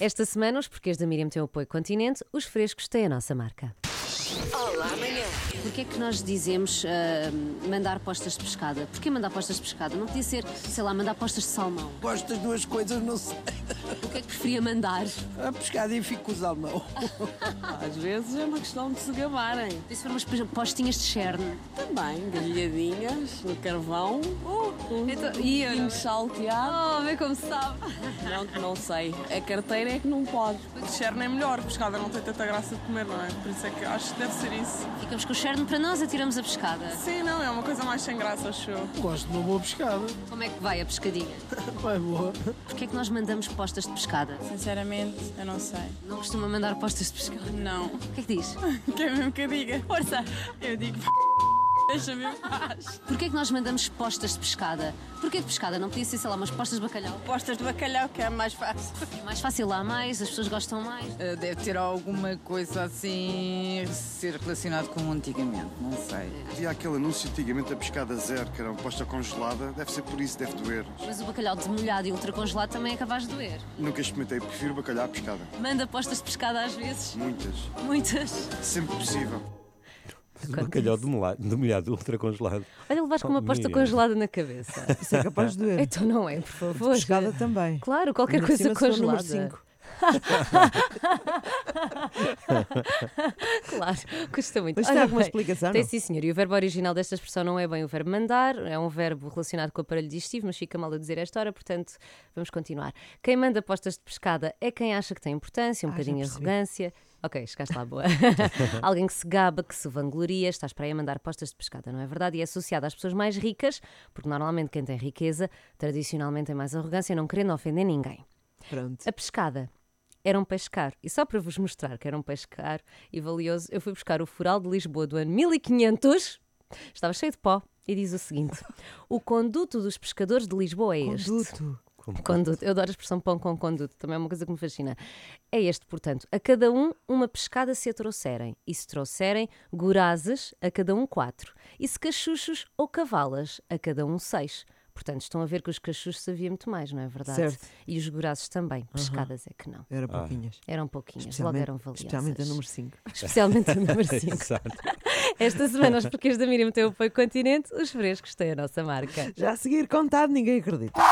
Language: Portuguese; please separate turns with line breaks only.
Esta semana, os porquês da Miriam têm o apoio Continente, os frescos têm a nossa marca.
Olá, amanhã.
Porquê é que nós dizemos ah, mandar postas de pescada? Porquê mandar postas de pescada? Não podia ser, sei lá, mandar postas de salmão.
Gosto das duas coisas, não sei.
O que é que preferia mandar? Por
A pescada e fico com os salmão.
Às vezes é uma questão de se gabarem.
isso foram umas postinhas de cerne.
Também, grelhadinhas no carvão ou com
Então,
um
e eu, não é?
vinho salteado.
Oh, vê como se sabe.
Não, que não sei. A carteira é que não pode.
O Cherne é melhor, pescada não tem tanta graça de comer, não é? Por isso é que acho que deve ser isso.
Ficamos com o cerne para nós, atiramos a pescada.
Sim, não, é uma coisa mais sem graça, acho eu.
Gosto de uma boa pescada.
Como é que vai a pescadinha?
Vai boa.
Porquê é que nós mandamos postas de pescada?
Sinceramente, eu não sei.
Não costuma mandar postas de pescada.
Não.
O que é que diz?
Quer mesmo que eu diga? Força! Eu digo. Deixa-me em paz.
Porquê é que nós mandamos postas de pescada? Porquê de pescada? Não podia ser, sei lá, umas postas de bacalhau?
Postas de bacalhau que é mais fácil.
É mais fácil lá mais, as pessoas gostam mais.
Uh, Deve ter alguma coisa assim ser relacionado com antigamente, não sei.
Havia aquele anúncio antigamente da pescada zero, que era uma posta congelada. Deve ser por isso, deve doer.
Mas o bacalhau demolhado e ultracongelado também é capaz de doer.
Nunca experimentei, prefiro bacalhau à pescada.
Manda postas de pescada às vezes.
Muitas.
Muitas.
Sempre possível.
Mas o bacalhau demolado, demolhado ultracongelado.
Olha, levas com uma
Oh,
posta
Miriam.
congelada na cabeça.
Isso é capaz de doer.
Então não é, por favor.
Pescada também.
Claro, qualquer
Ainda por
coisa
cima, se for número
congelada.
cinco.
Claro, custa muito.
Mas tem
Olha
alguma
bem,
explicação,
Tem
não?
sim, senhor. E o verbo original desta expressão não é bem o verbo mandar, é um verbo relacionado com o aparelho digestivo, mas fica mal a dizer esta hora, portanto, vamos continuar. Quem manda postas de pescada é quem acha que tem importância,
Ah,
um
já
bocadinho
percebi.
arrogância. Ok, chegaste lá, boa. Alguém que se gaba, que se vangloria, estás para aí a mandar postas de pescada, não é verdade? E é associado às pessoas mais ricas, porque normalmente quem tem riqueza, tradicionalmente tem mais arrogância, não querendo ofender ninguém.
Pronto.
A pescada era um peixe caro. E só para vos mostrar que era um peixe caro e valioso, eu fui buscar o Fural de Lisboa do ano 1500. Estava cheio de pó. E diz o seguinte: O conduto dos pescadores de Lisboa é este.
Conduto.
Conduto. Eu adoro a expressão pão com conduto, também é uma coisa que me fascina. É este, portanto, a cada um uma pescada se a trouxerem, e se trouxerem gorazes, a cada um quatro, e se cachuchos ou cavalas, a cada um seis. Portanto, estão a ver que os cachuchos sabia muito mais, não é verdade?
Certo.
E os gorazes também, pescadas é que não.
Era pouquinhas.
Eram pouquinhas, logo
Especialmente,
eram valiosas.
especialmente a número 5.
Especialmente a número 5.
Exato.
Esta semana os porquês da Miriam têm o apoio Continente, os frescos têm a nossa marca.
Já a seguir contado, ninguém acredita.